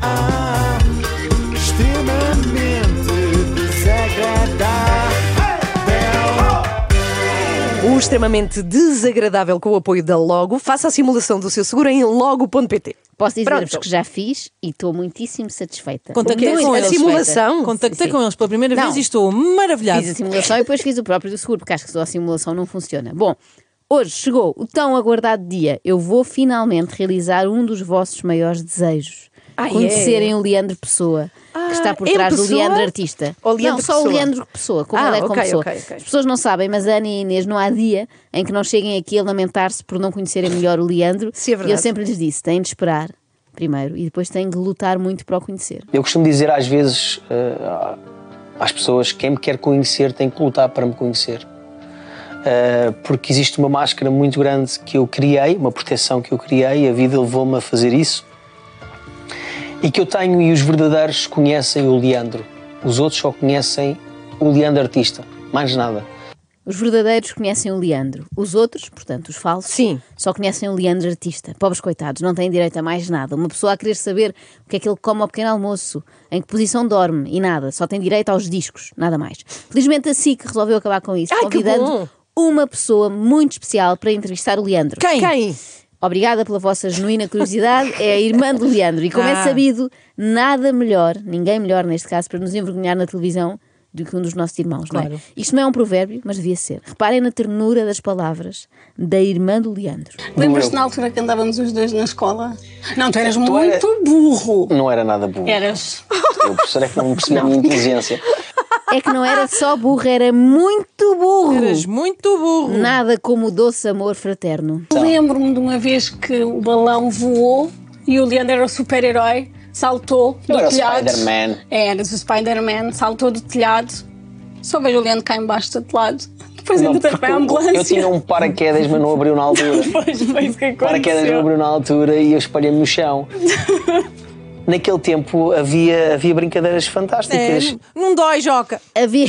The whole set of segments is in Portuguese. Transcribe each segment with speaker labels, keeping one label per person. Speaker 1: Ah, extremamente desagradável.
Speaker 2: O extremamente desagradável com o apoio da Logo, faça a simulação do seu seguro em logo.pt.
Speaker 3: Posso dizer-vos
Speaker 2: Pronto.
Speaker 3: que já fiz e estou muitíssimo satisfeita.
Speaker 4: Contactei
Speaker 2: O quê?
Speaker 4: com
Speaker 2: A
Speaker 4: eles.
Speaker 2: simulação?
Speaker 4: Contactei
Speaker 3: Hum, Sim.
Speaker 4: com eles pela primeira
Speaker 3: Não.
Speaker 4: vez e estou maravilhado.
Speaker 3: Fiz assim. a simulação e depois fiz o próprio do seguro, porque acho que só a simulação não funciona. Bom, hoje chegou o tão aguardado dia. Eu vou finalmente realizar um dos vossos maiores desejos.
Speaker 2: Ai,
Speaker 3: Conhecerem o Leandro Pessoa, que está por
Speaker 2: em
Speaker 3: trás do
Speaker 2: Ah, é pessoa?
Speaker 3: Leandro Artista.
Speaker 2: Ou Leandro
Speaker 3: não, só o
Speaker 2: Pessoa?
Speaker 3: Leandro Pessoa, como
Speaker 2: Ah,
Speaker 3: ele é como
Speaker 2: ok,
Speaker 3: pessoa.
Speaker 2: ok, ok.
Speaker 3: As pessoas não sabem, mas Ana e Inês não há dia em que não cheguem aqui a lamentar-se por não conhecerem melhor o Leandro.
Speaker 2: Sim, é
Speaker 3: E eu
Speaker 2: verdade.
Speaker 3: sempre lhes disse: têm de esperar primeiro e depois têm de lutar muito para o conhecer.
Speaker 5: Eu costumo dizer às vezes eh, às pessoas quem me quer conhecer tem que lutar para me conhecer. Eh, porque existe uma máscara muito grande que eu criei, uma proteção que eu criei, a vida levou-me a fazer isso. E que eu tenho, e os verdadeiros conhecem o Leandro. Os outros só conhecem o Leandro artista, mais nada.
Speaker 3: Os verdadeiros conhecem o Leandro. Os outros, portanto, os falsos,
Speaker 2: Sim.
Speaker 3: só conhecem o Leandro artista. Pobres coitados, não têm direito a mais nada. Uma pessoa a querer saber o que é que ele come ao pequeno almoço, em que posição dorme e nada. Só tem direito aos discos, nada mais. Felizmente a SIC resolveu acabar com isso,
Speaker 2: Ai, que bom!
Speaker 3: convidando uma pessoa muito especial para entrevistar o Leandro.
Speaker 4: Quem?
Speaker 2: Quem?
Speaker 3: Obrigada pela vossa genuína curiosidade. É a irmã do Leandro. E como é
Speaker 4: Ah.
Speaker 3: sabido, nada melhor, ninguém melhor neste caso, para nos envergonhar na televisão do que um dos nossos irmãos, não é?
Speaker 4: Claro.
Speaker 3: Isto não é um provérbio, mas devia ser. Reparem na ternura das palavras da irmã do Leandro.
Speaker 6: Lembras-te na altura que andávamos os dois na escola? Não, tu eras
Speaker 5: Tu
Speaker 6: muito
Speaker 5: era-
Speaker 6: burro.
Speaker 5: Não era nada burro.
Speaker 6: Eras.
Speaker 5: Eu, professor, é que não percebi a minha inteligência.
Speaker 3: É que não era só burro, era muito burro.
Speaker 4: Eras muito burro.
Speaker 3: Nada como o doce amor fraterno.
Speaker 6: Lembro-me de uma vez que o balão voou e o Leandro era o super-herói, saltou
Speaker 5: Eu
Speaker 6: do
Speaker 5: era o
Speaker 6: telhado.
Speaker 5: Spider-Man.
Speaker 6: É, Eras o Spider-Man, saltou do telhado. Só vejo o Leandro cá embaixo do telhado. Depois
Speaker 5: Não,
Speaker 6: ainda
Speaker 5: porque
Speaker 6: tanto para a
Speaker 5: eu,
Speaker 6: ambulância.
Speaker 5: eu tinha um paraquedas, mas não abriu na altura.
Speaker 6: Pois foi isso que
Speaker 5: paraquedas não
Speaker 6: aconteceu.
Speaker 5: abriu na altura e eu espalhei-me no chão. Naquele tempo havia, havia brincadeiras
Speaker 4: É,
Speaker 5: fantásticas.
Speaker 4: não dói, Joca.
Speaker 3: Havia,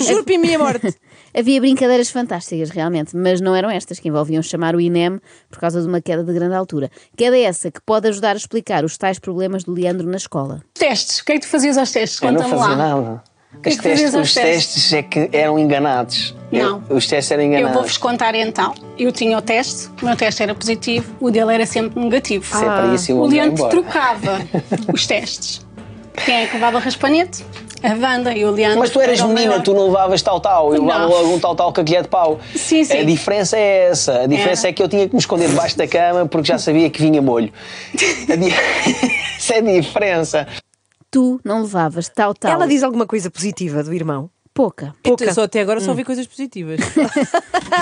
Speaker 4: Juro por minha morte.
Speaker 3: havia brincadeiras fantásticas, realmente, mas não eram estas que envolviam chamar o INEM por causa de uma queda de grande altura. Queda essa que pode ajudar a explicar os tais problemas do Leandro na escola.
Speaker 6: Testes, o que é que tu fazias aos testes?
Speaker 5: eu não
Speaker 6: Conta-me
Speaker 5: fazia
Speaker 6: lá.
Speaker 5: nada.
Speaker 6: que
Speaker 5: Os
Speaker 6: é que
Speaker 5: testes-
Speaker 6: fazias aos
Speaker 5: os
Speaker 6: testes?
Speaker 5: testes é que eram enganados. Eu-
Speaker 6: Não.
Speaker 5: os testes eram
Speaker 6: Eu
Speaker 5: enganados.
Speaker 6: vou-vos contar então. Eu tinha o teste, o meu teste era positivo, o dele era sempre negativo.
Speaker 5: Sempre ia assim,
Speaker 6: Ah,
Speaker 5: um
Speaker 6: o Leandro
Speaker 5: embora.
Speaker 6: trocava os testes. Quem é que levava raspanete? A Wanda e o Leandro.
Speaker 5: Mas tu eras
Speaker 6: era o
Speaker 5: menina,
Speaker 6: maior.
Speaker 5: tu não levavas tal tal, eu
Speaker 6: Não.
Speaker 5: levava logo um tal tal com a colher de pau.
Speaker 6: Sim, sim.
Speaker 5: A diferença é essa. A diferença
Speaker 6: Era.
Speaker 5: é que eu tinha que me esconder debaixo da cama porque já sabia que vinha molho. A di- Essa é a diferença.
Speaker 3: Tu não levavas tal tal.
Speaker 2: Ela diz alguma coisa positiva do irmão?
Speaker 3: pouca. Hum.
Speaker 2: Pouca.
Speaker 4: Eu só até agora só vi coisas positivas.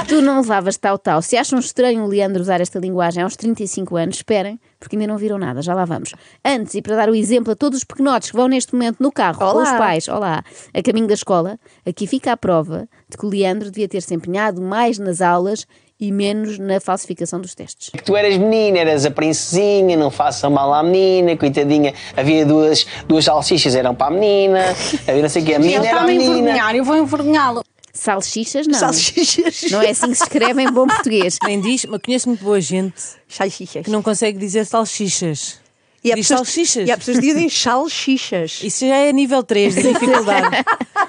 Speaker 3: Tu não levavas tal tal. Se acham estranho o Leandro usar esta linguagem aos 35 anos, esperem, porque ainda não viram nada, já lá vamos. Antes, e para dar o exemplo a todos os pequenotes que vão neste momento no carro com
Speaker 2: Olá.
Speaker 3: os pais, olá, a caminho da escola, aqui fica a prova de que o Leandro devia ter se empenhado mais nas aulas e menos na falsificação dos testes.
Speaker 5: que tu eras menina, eras a princesinha, não faça mal à menina, coitadinha. Havia duas, duas salsichas, eram para a menina, havia não sei o quê, a
Speaker 6: Ele
Speaker 5: menina era a
Speaker 6: estava a
Speaker 5: menina.
Speaker 6: envergonhar, eu vou envergonhá-lo.
Speaker 3: Salsichas, não.
Speaker 2: Salsichas.
Speaker 3: Não é assim que se escreve em bom português.
Speaker 4: Nem diz, mas conheço muito boa gente
Speaker 2: Salsichas.
Speaker 4: que não consegue dizer salsichas.
Speaker 2: E há
Speaker 4: diz
Speaker 2: pessoas-
Speaker 4: salsichas.
Speaker 2: E há pessoas que dizem salsichas.
Speaker 4: Isso já é nível 3 de dificuldade.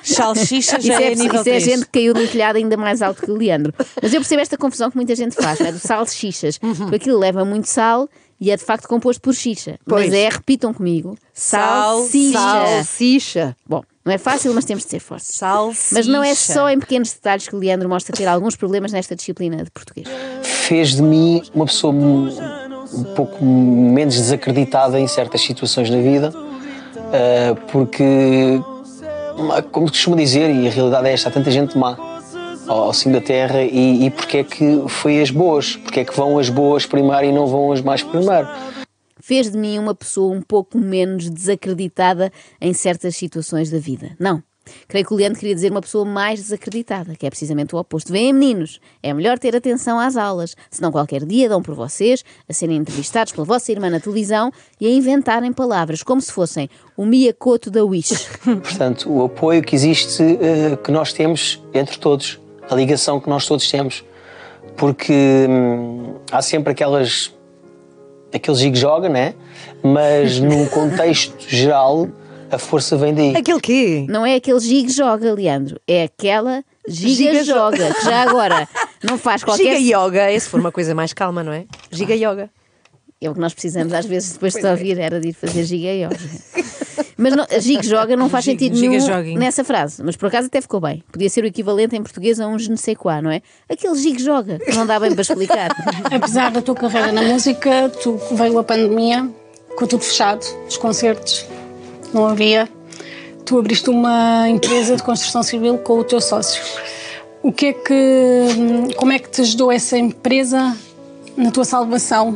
Speaker 4: salsichas
Speaker 3: Isso
Speaker 4: já
Speaker 3: é,
Speaker 4: é, nível
Speaker 3: isso é
Speaker 4: 3.
Speaker 3: gente que caiu do telhado ainda mais alto que o Leandro. Mas eu percebo esta confusão que muita gente faz, não é? Do sal de xixas.
Speaker 4: Uhum.
Speaker 3: Porque aquilo leva muito sal e é de facto composto por xixa.
Speaker 2: Pois.
Speaker 3: Mas é, repitam comigo,
Speaker 4: Sal,
Speaker 3: salsicha.
Speaker 2: Salsicha.
Speaker 3: Bom, não é fácil, mas temos de ser fortes.
Speaker 4: Salsicha.
Speaker 3: Mas não é só em pequenos detalhes que o Leandro mostra ter alguns problemas nesta disciplina de português.
Speaker 5: Fez de mim uma pessoa um, um pouco menos desacreditada em certas situações na vida, ah, porque, como se costuma dizer, e a realidade é esta, há tanta gente má ao ao cimo da terra e, e porque é que foi as boas, porque é que vão as boas primeiro e não vão as más primeiro.
Speaker 3: Fez de mim uma pessoa um pouco menos desacreditada em certas situações da vida. Não. Creio que o Leandro queria dizer uma pessoa mais desacreditada, que é precisamente o oposto. Vêem, meninos, é melhor ter atenção às aulas, senão qualquer dia dão por vocês a serem entrevistados pela vossa irmã na televisão e a inventarem palavras, como se fossem o miacoto da Wish.
Speaker 5: Portanto, o apoio que existe, eh, que nós temos entre todos, a ligação que nós todos temos. porque hum, há sempre aquelas aquele zigue-joga, né? Mas num contexto geral a força vem daí.
Speaker 2: Aquele quê?
Speaker 3: Não é aquele giga joga, Leandro. É aquela giga
Speaker 2: Giga jo-
Speaker 3: joga, que já agora não faz
Speaker 2: Giga
Speaker 3: qualquer.
Speaker 2: yoga, esse for uma coisa mais calma, não é? Giga yoga.
Speaker 3: É o que nós precisamos às vezes depois de te ouvir, era de ir fazer giga yoga. Mas não, a giga joga não faz
Speaker 4: Giga-
Speaker 3: sentido
Speaker 4: giga
Speaker 3: nenhum
Speaker 4: jogging.
Speaker 3: nessa frase. Mas por acaso até ficou bem. Podia ser o equivalente em português a um je ne sais quoi, não é? Aquele giga joga, que não dá bem para explicar.
Speaker 6: Apesar da tua carreira na música, tu veio a pandemia, com tudo fechado, os concertos não havia. Tu abriste uma empresa de construção civil com o teu sócio. O que é que, como é que te ajudou essa empresa na tua salvação,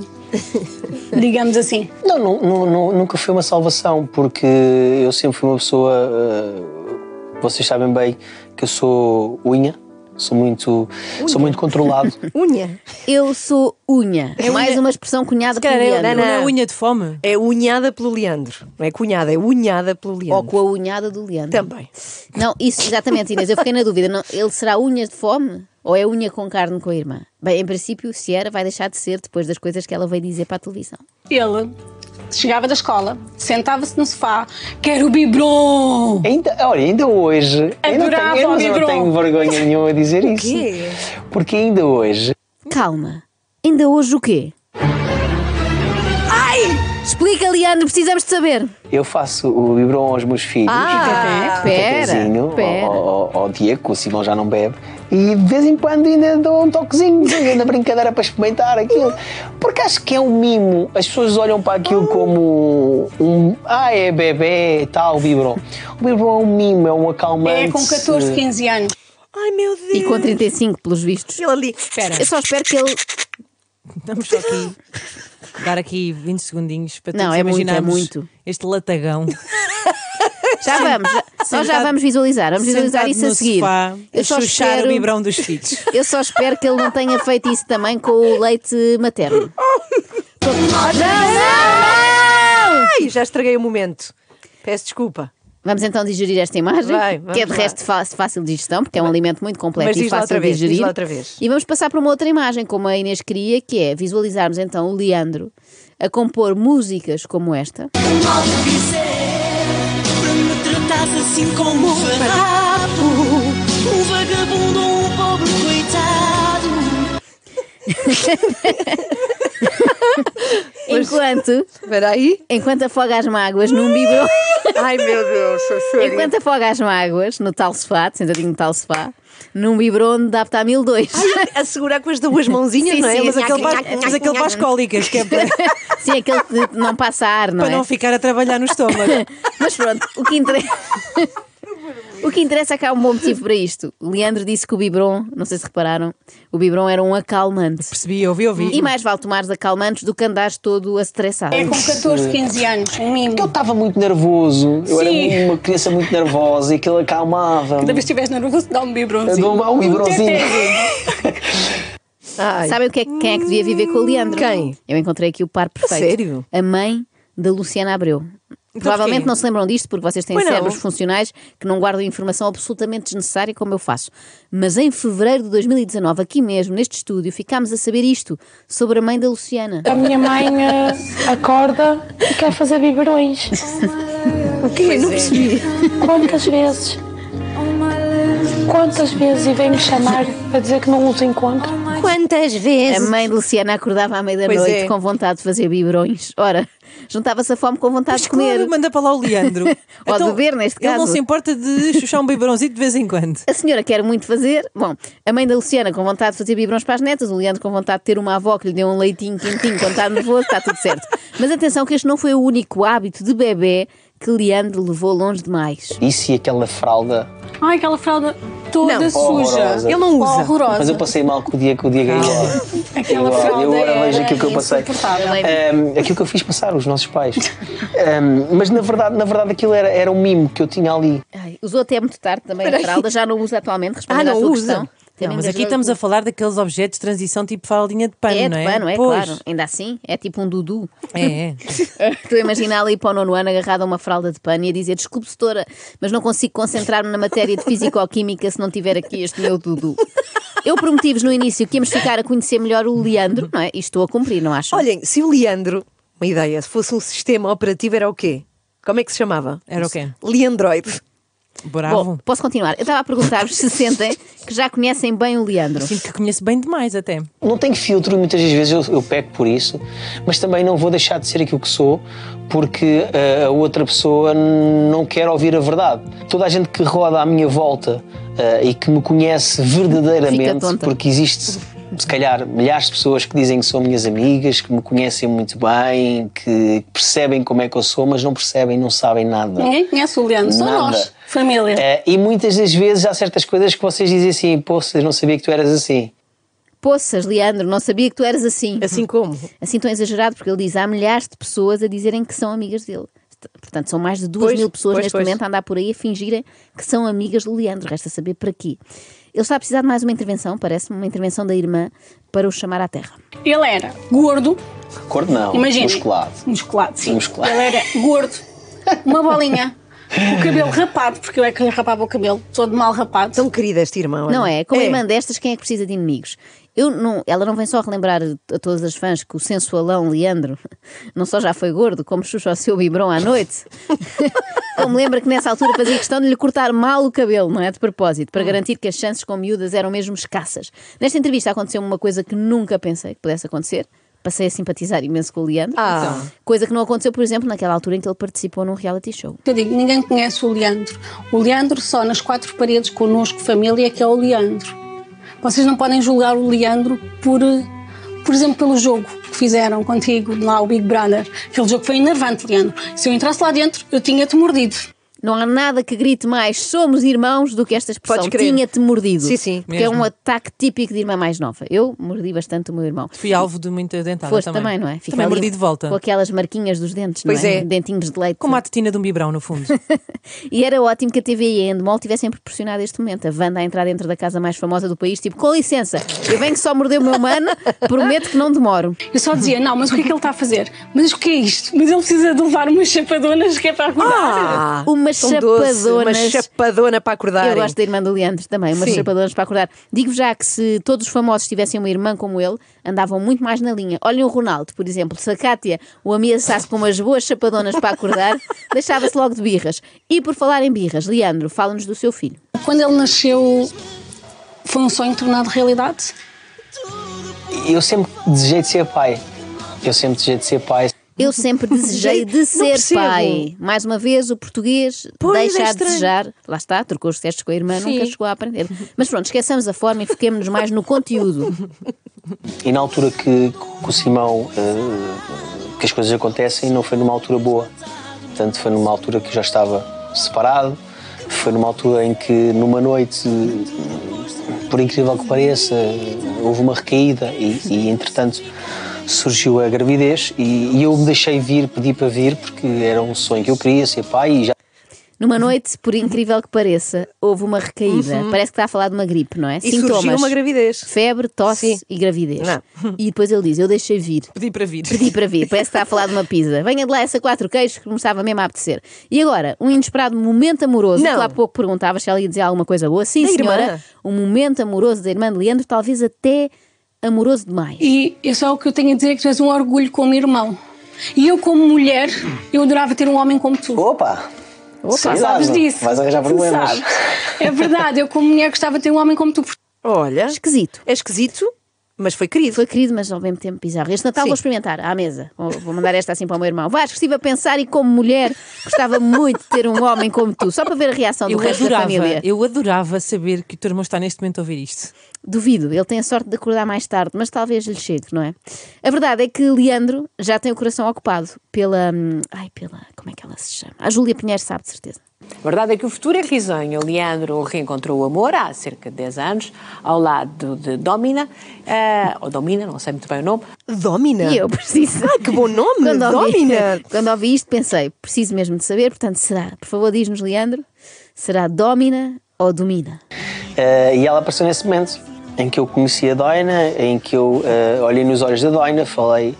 Speaker 6: digamos assim?
Speaker 5: Não, nu- nu- nu- nunca foi uma salvação, porque eu sempre fui uma pessoa. eh, vocês sabem bem que eu sou unha, sou muito, sou muito controlado.
Speaker 2: Unha.
Speaker 3: Eu sou unha. Mais uma expressão cunhada por
Speaker 2: calhar é-
Speaker 3: Leandro.
Speaker 2: não, não.
Speaker 4: Não é unha de fome?
Speaker 2: É unhada pelo Leandro. Não é cunhada, é unhada pelo Leandro.
Speaker 3: Ou com a unhada do Leandro.
Speaker 2: Também.
Speaker 3: Não, isso exatamente, Inês. Eu fiquei na dúvida. Não, ele será unhas de fome ou é unha com carne com a irmã? Bem, em princípio, se era, vai deixar de ser depois das coisas que ela veio dizer para a televisão.
Speaker 6: Ele chegava da escola, sentava-se no sofá, quero biberon!
Speaker 5: Ainda, olha, ainda hoje. eu não
Speaker 6: Adorava
Speaker 5: tenho, eu
Speaker 6: o
Speaker 5: não- eu
Speaker 6: Bibron.
Speaker 5: não tenho vergonha nenhuma a dizer isso.
Speaker 2: quê?
Speaker 5: Porque ainda hoje.
Speaker 3: Calma, ainda hoje o quê? Ai! Explica, Leandro, precisamos de saber.
Speaker 5: Eu faço o biberon aos meus filhos.
Speaker 3: Ah,
Speaker 5: Tetezinho,
Speaker 3: pera, pera.
Speaker 5: ao, ao- ao Diego, o Simão já não bebe, e de vez em quando ainda dou um toquezinho na brincadeira para experimentar aquilo, porque acho que é um mimo. As pessoas olham para aquilo como um. Ah, é bebê, tal, Bibron. O Bibron é um mimo, é um acalmante.
Speaker 6: É com 14, 15 anos.
Speaker 2: Ai meu Deus.
Speaker 3: E com 35, pelos vistos.
Speaker 2: Ele ali.
Speaker 3: Eu só espero que ele.
Speaker 4: Vamos só aqui dar aqui 20 segundinhos para
Speaker 3: Não,
Speaker 4: todos
Speaker 3: é muito, é
Speaker 4: imaginarmos
Speaker 3: muito.
Speaker 4: este latagão.
Speaker 3: Já vamos, já- nós já
Speaker 4: Sentado-
Speaker 3: vamos visualizar, vamos visualizar
Speaker 4: sentado
Speaker 3: isso um a
Speaker 4: no
Speaker 3: seguir.
Speaker 4: Sofá,
Speaker 3: Eu
Speaker 4: a
Speaker 3: só
Speaker 4: chuchar
Speaker 3: espero-
Speaker 4: o biberão dos filhos.
Speaker 3: Eu só espero que ele não tenha feito isso também com o leite materno.
Speaker 2: Ai, já estraguei o momento. Peço desculpa.
Speaker 3: Vamos então digerir esta imagem,
Speaker 2: Vai, vamos
Speaker 3: que é de
Speaker 2: lá.
Speaker 3: resto fa- fácil de digestão, porque é um alimento muito
Speaker 2: Mas
Speaker 3: completo e
Speaker 2: diz lá
Speaker 3: fácil
Speaker 2: outra vez,
Speaker 3: de digerir.
Speaker 2: diz lá outra vez.
Speaker 3: E vamos passar para uma outra imagem, como a Inês queria, que é visualizarmos então o Leandro a compor músicas como esta.
Speaker 7: me tratas assim como um farrapo Um vagabundo ou um pobre coitado
Speaker 3: Enquanto,
Speaker 2: Espera aí.
Speaker 3: enquanto afoga as mágoas num biberon.
Speaker 2: Ai meu Deus, a sério.
Speaker 3: Enquanto afoga as mágoas no tal sofá, sentadinho no tal sofá, num biberon de apta a 1002.
Speaker 2: A segurar com as duas mãozinhas,
Speaker 3: Sim,
Speaker 2: não é?
Speaker 3: sim,
Speaker 2: Mas
Speaker 4: Mas aquele,
Speaker 2: aquele
Speaker 4: para, mas aquele para as cólicas, que é para,
Speaker 3: Sim, aquele que não passa ar, não
Speaker 4: para
Speaker 3: é?
Speaker 4: não ficar a trabalhar no estômago.
Speaker 3: Mas pronto, o que interessa. O que interessa é que há um bom motivo para isto. O Leandro disse que o Bibron, não sei se repararam, o Bibron era um acalmante.
Speaker 4: Percebi, ouvi, ouvi.
Speaker 3: E mais vale tomares acalmantes do que andares todo a estressado.
Speaker 6: É com 14, 15 anos, um mimo.
Speaker 5: Porque eu estava muito nervoso, eu
Speaker 6: Sim.
Speaker 5: era uma criança muito nervosa e aquilo acalmava-me.
Speaker 6: Cada vez que estiveres nervoso, dá um
Speaker 5: Eu
Speaker 6: biberonzinho.
Speaker 5: dou um biberonzinho.
Speaker 6: tetezinho.
Speaker 2: Ai,
Speaker 3: Sabem o que é, que- quem é que devia viver com o Leandro?
Speaker 2: Quem?
Speaker 3: Eu encontrei aqui o par perfeito.
Speaker 2: sério? Então
Speaker 3: A mãe da Luciana Abreu. Provavelmente
Speaker 4: porquê?
Speaker 3: não se lembram disto porque vocês têm
Speaker 2: Pois não.
Speaker 3: cérebros funcionais que não guardam informação absolutamente desnecessária como eu faço. Mas em fevereiro de 2019, aqui mesmo, neste estúdio, ficámos a saber isto sobre a mãe da Luciana.
Speaker 8: A minha mãe eh, acorda e quer fazer biberões.
Speaker 2: é.
Speaker 8: Quantas vezes? Quantas vezes e vem-me chamar a dizer que não os encontro?
Speaker 2: quantas
Speaker 3: A
Speaker 2: vezes?
Speaker 3: mãe de Luciana acordava à
Speaker 2: Pois
Speaker 3: meia-noite
Speaker 2: é.
Speaker 3: com vontade de fazer biberões. Ora, juntava-se a fome com vontade
Speaker 4: Mas
Speaker 3: de comer.
Speaker 4: claro, manda para lá o Leandro. Então,
Speaker 3: Ou de ver, neste
Speaker 4: Ele não
Speaker 3: caso.
Speaker 4: se importa de chuchar um biberãozinho de vez em quando.
Speaker 3: A senhora quer muito fazer. Bom, a mãe da Luciana com vontade de fazer biberões para as netas, o Leandro com vontade de ter uma avó que lhe deu um leitinho quentinho quando está nervoso, está tudo certo. Mas atenção que este não foi o único hábito de bebê que Leandro levou longe demais.
Speaker 5: E se aquela fralda.
Speaker 6: Ai, aquela fralda toda
Speaker 2: Não.
Speaker 6: suja.
Speaker 5: Horrorosa.
Speaker 2: Ele não usa.
Speaker 6: Horrorosa.
Speaker 5: Mas eu passei mal com o dia que o
Speaker 6: Ah.
Speaker 5: Diego é igual.
Speaker 6: Aquela
Speaker 5: Eu- eu
Speaker 6: fralda
Speaker 5: agora
Speaker 6: era
Speaker 5: vejo aquilo que eu passei.
Speaker 6: insuportável.
Speaker 5: Um, aquilo que eu fiz passar, os nossos pais. Um, mas na verdade, na verdade aquilo era, era um mimo que eu tinha ali.
Speaker 3: Ai, usou até muito tarde também a fralda, já não usa atualmente, respondendo
Speaker 2: Ah, não
Speaker 3: à tua
Speaker 2: usa?
Speaker 3: questão. Também
Speaker 4: Não, mas
Speaker 3: me
Speaker 4: aqui
Speaker 3: engasgou
Speaker 4: estamos
Speaker 3: o
Speaker 4: a falar daqueles objetos de transição tipo fraldinha de pano,
Speaker 3: cu. É
Speaker 4: não
Speaker 3: de
Speaker 4: é?
Speaker 3: pano, é
Speaker 4: Pois.
Speaker 3: claro. Ainda assim, é tipo um dudu.
Speaker 4: É, é.
Speaker 3: Estou a imaginar ali para o nono ano agarrado a uma fralda de pano e a dizer desculpe, doutora, mas não consigo concentrar-me na matéria de físico-química se não tiver aqui este meu Dudu. Eu prometi-vos no início que íamos ficar a conhecer melhor o Leandro, não é? E estou a cumprir, não acho?
Speaker 2: Olhem, se o Leandro, uma ideia, se fosse um sistema operativo, era o quê? Como é que se chamava?
Speaker 4: Era o quê?
Speaker 2: Leandroid.
Speaker 4: Bravo.
Speaker 3: Bom, posso continuar? Eu estava a perguntar-vos se sentem que já conhecem bem o Leandro.
Speaker 4: Sinto que conheço bem demais até.
Speaker 5: Não tenho filtro e muitas das vezes eu, eu peco por isso, mas também não vou deixar de ser aquilo que sou porque eh, a outra pessoa n- não quer ouvir a verdade. Toda a gente que roda à minha volta eh, e que me conhece
Speaker 3: Fica
Speaker 5: verdadeiramente,
Speaker 3: tonta.
Speaker 5: porque existe se calhar milhares de pessoas que dizem que são minhas amigas, que me conhecem muito bem, que percebem como é que eu sou, mas não percebem, não sabem nada.
Speaker 6: Ninguém conhece o Leandro, só
Speaker 5: Nada.
Speaker 6: nós,
Speaker 3: É.
Speaker 6: família.
Speaker 5: Eh, e muitas das vezes há certas coisas que vocês dizem assim, pô, vocês não sabia que tu eras assim.
Speaker 3: Poças, Leandro, não sabia que tu eras assim.
Speaker 2: Assim como?
Speaker 3: Assim tão exagerado, porque ele diz há milhares de pessoas a dizerem que são amigas dele. Portanto, são mais de duas
Speaker 2: Pois,
Speaker 3: mil pessoas
Speaker 2: pois,
Speaker 3: neste
Speaker 2: pois.
Speaker 3: momento a andar por aí a fingirem que são amigas do Leandro. Resta saber para quê. Ele está a precisar de mais uma intervenção, parece-me, uma intervenção da irmã para o chamar à terra.
Speaker 6: Ele era gordo,
Speaker 5: Cor não,
Speaker 6: imagina.
Speaker 5: musculado.
Speaker 6: Musculado, sim.
Speaker 5: Musculado.
Speaker 6: Ele era gordo, uma bolinha, o cabelo rapado, porque eu é que lhe rapava o cabelo, todo mal rapado.
Speaker 2: Tão querida esta irmã. olha.
Speaker 3: Não é? Como irmã destas, quem é que precisa de inimigos? Eu não, ela não vem só relembrar a todas as fãs que o sensualão Leandro não só já foi gordo, como chucha o seu biberon à noite. como lembra que nessa altura fazia questão de lhe cortar mal o cabelo, não é? De propósito,
Speaker 2: Ah.
Speaker 3: para garantir que as chances com miúdas eram mesmo escassas. Nesta entrevista aconteceu uma coisa que nunca pensei que pudesse acontecer. Passei a simpatizar imenso com o Leandro. Então,
Speaker 2: Ah.
Speaker 3: Coisa que não aconteceu, por exemplo, naquela altura em que ele participou num reality show.
Speaker 6: Eu digo, ninguém conhece o Leandro. O Leandro só nas quatro paredes connosco, família, que é o Leandro. Vocês não podem julgar o Leandro por, eh, por exemplo, pelo jogo que fizeram contigo lá, o Big Brother. Aquele jogo foi enervante, Leandro. Se eu entrasse lá dentro, eu tinha-te mordido.
Speaker 3: Não há nada que grite mais somos irmãos do que esta expressão
Speaker 2: Podes crer.
Speaker 3: tinha-te mordido.
Speaker 2: Sim, sim,
Speaker 3: Porque é um
Speaker 4: mesmo.
Speaker 3: ataque típico de irmã mais nova. Eu mordi bastante o meu irmão.
Speaker 4: Fui alvo de muita dentada
Speaker 3: Foste
Speaker 4: também.
Speaker 3: também. não é? Fica
Speaker 4: também
Speaker 3: ali
Speaker 4: mordi de volta.
Speaker 3: Com aquelas marquinhas dos dentes,
Speaker 2: Pois
Speaker 3: não é?
Speaker 2: é.
Speaker 3: Dentinhos de leite.
Speaker 4: Como a tetina de um bibrão, no fundo.
Speaker 3: E era ótimo que a TV e a Endemol tivessem proporcionado este momento. A Wanda a entrar dentro da casa mais famosa do país, tipo, com licença, eu venho só morder o meu mano, prometo que não demoro.
Speaker 6: Eu só dizia, não, mas o que é que ele está a fazer? Mas o que é isto? Mas ele precisa de levar umas chapadonas que é para acordar.
Speaker 2: Ah,
Speaker 3: Umas
Speaker 2: tão doce, uma
Speaker 3: chapadonas.
Speaker 2: chapadona para acordar.
Speaker 3: Eu gosto da irmã do Leandro também, umas
Speaker 2: Sim.
Speaker 3: chapadonas para acordar. Digo já que se todos os famosos tivessem uma irmã como ele, andavam muito mais na linha. Olhem o Ronaldo, por exemplo, se a Cátia o ameaçasse com umas boas chapadonas para acordar, deixava-se logo de birras. E por falar em birras, Leandro, fala-nos do seu filho.
Speaker 6: Quando ele nasceu, foi um sonho tornado realidade.
Speaker 5: Eu sempre desejei de ser pai. Eu sempre desejei de ser pai.
Speaker 3: Eu sempre desejei de
Speaker 2: Não
Speaker 3: ser
Speaker 2: percebo.
Speaker 3: pai. Mais uma vez, o português
Speaker 2: Pois, é
Speaker 3: deixa a
Speaker 2: estranho.
Speaker 3: desejar. Lá está, trocou os testes com a irmã, nunca chegou a aprender. Mas pronto, esqueçamos a forma e foquemos-nos mais no conteúdo.
Speaker 5: E na altura que, que o Simão, eh, que as coisas acontecem, não foi numa altura boa. Portanto, foi numa altura que eu já estava separado, foi numa altura em que, numa noite, eh, por incrível que pareça, houve uma recaída e, e, entretanto, surgiu a gravidez e, e eu me deixei vir, pedi para vir, porque era um sonho que eu queria ser pai e já
Speaker 3: Numa noite, por incrível que pareça, houve uma recaída. Parece que está a falar de uma gripe, não é?
Speaker 2: Uhum. E surgiu uma gravidez.
Speaker 3: Febre, tosse
Speaker 2: Sim.
Speaker 3: e gravidez.
Speaker 2: Não.
Speaker 3: E depois ele diz: Eu deixei vir.
Speaker 4: Pedi para vir.
Speaker 3: Pedi para vir, parece que está a falar de uma pizza. Venha de lá essa quatro queijos que me estava mesmo a apetecer. E agora, um inesperado momento amoroso.
Speaker 2: Não.
Speaker 3: Tu há pouco perguntavas se ela ia dizer alguma coisa boa. Sim,
Speaker 2: Da
Speaker 3: senhora.
Speaker 2: irmã.
Speaker 3: Um momento amoroso da irmã de Leandro, talvez até amoroso demais.
Speaker 6: E é só o que eu tenho a dizer que tu és um orgulho como irmão. E eu, como mulher, eu adorava ter um homem como tu.
Speaker 5: Opa!
Speaker 6: Opa,
Speaker 5: Sei lá,
Speaker 6: sabes
Speaker 5: não-
Speaker 6: disso.
Speaker 5: Vais arranjar
Speaker 6: Tu
Speaker 5: problemas.
Speaker 6: sabes. É verdade, eu, como mulher, gostava de ter um homem como tu.
Speaker 2: Olha,
Speaker 3: Esquisito.
Speaker 2: é esquisito, mas foi querido.
Speaker 3: Foi querido, mas ao mesmo tempo bizarro. Este Natal
Speaker 2: Sim.
Speaker 3: vou experimentar à mesa. Vou vou mandar esta assim para o meu irmão. Vasco, estive a pensar e como mulher gostava muito de ter um homem como tu, só para ver a reação do
Speaker 4: Eu
Speaker 3: resto da
Speaker 4: adorava,
Speaker 3: família.
Speaker 4: eu adorava saber que o teu irmão está neste momento a ouvir isto.
Speaker 3: Duvido, ele tem a sorte de acordar mais tarde, mas talvez lhe chegue, não é? A verdade é que Leandro já tem o coração ocupado pela. hum, Ai, pela. Como é que ela se chama? A Júlia Pinheiro sabe de certeza.
Speaker 9: A verdade é que o futuro é risonho. Leandro reencontrou o amor há cerca de 10 anos, ao lado de Domina, eh, ou Domina, não sei muito bem o nome,
Speaker 2: Domina.
Speaker 3: E eu preciso.
Speaker 2: É. Ai, que bom nome,
Speaker 3: Quando ouvi,
Speaker 2: Domina.
Speaker 3: quando ouvi isto, pensei, preciso mesmo de saber, portanto, será? Por favor, diz-nos, Leandro, será Domina ou Domina?
Speaker 5: Eh, e ela apareceu nesse momento em que eu conheci a Doina, em que eu eh, olhei nos olhos da Doina, falei,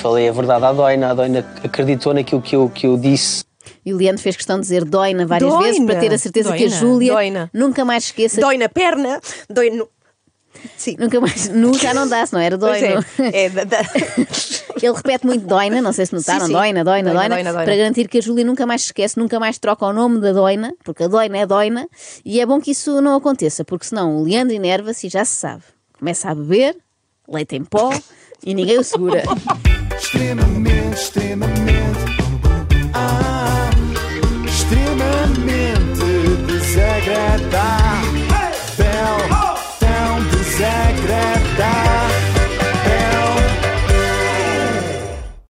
Speaker 5: falei a verdade à Doina, a Doina acreditou naquilo que eu, que eu disse.
Speaker 3: E o Leandro fez questão de dizer Doina várias
Speaker 2: Doina.
Speaker 3: vezes para ter a certeza que a
Speaker 4: Doina.
Speaker 3: Júlia
Speaker 2: Doina.
Speaker 3: nunca mais esqueça
Speaker 2: Dói na perna, dói no. Sim.
Speaker 3: Nunca mais. Nu já não dá, se não era
Speaker 2: Pois
Speaker 3: dói. não.
Speaker 2: é. é da- da-
Speaker 3: Ele repete muito doina, não sei se notaram,
Speaker 2: Sim, sim.
Speaker 3: doina, doina,
Speaker 2: Doina,
Speaker 3: doina,
Speaker 2: doina, doina.
Speaker 3: para garantir que a Júlia nunca mais se esquece, nunca mais troca o nome da doina, porque a doina é doina, e é bom que isso não aconteça, porque senão o Leandro enerva-se e já se sabe. Começa a beber, leite em pó e ninguém o segura.
Speaker 1: extremamente, Ah, extremamente.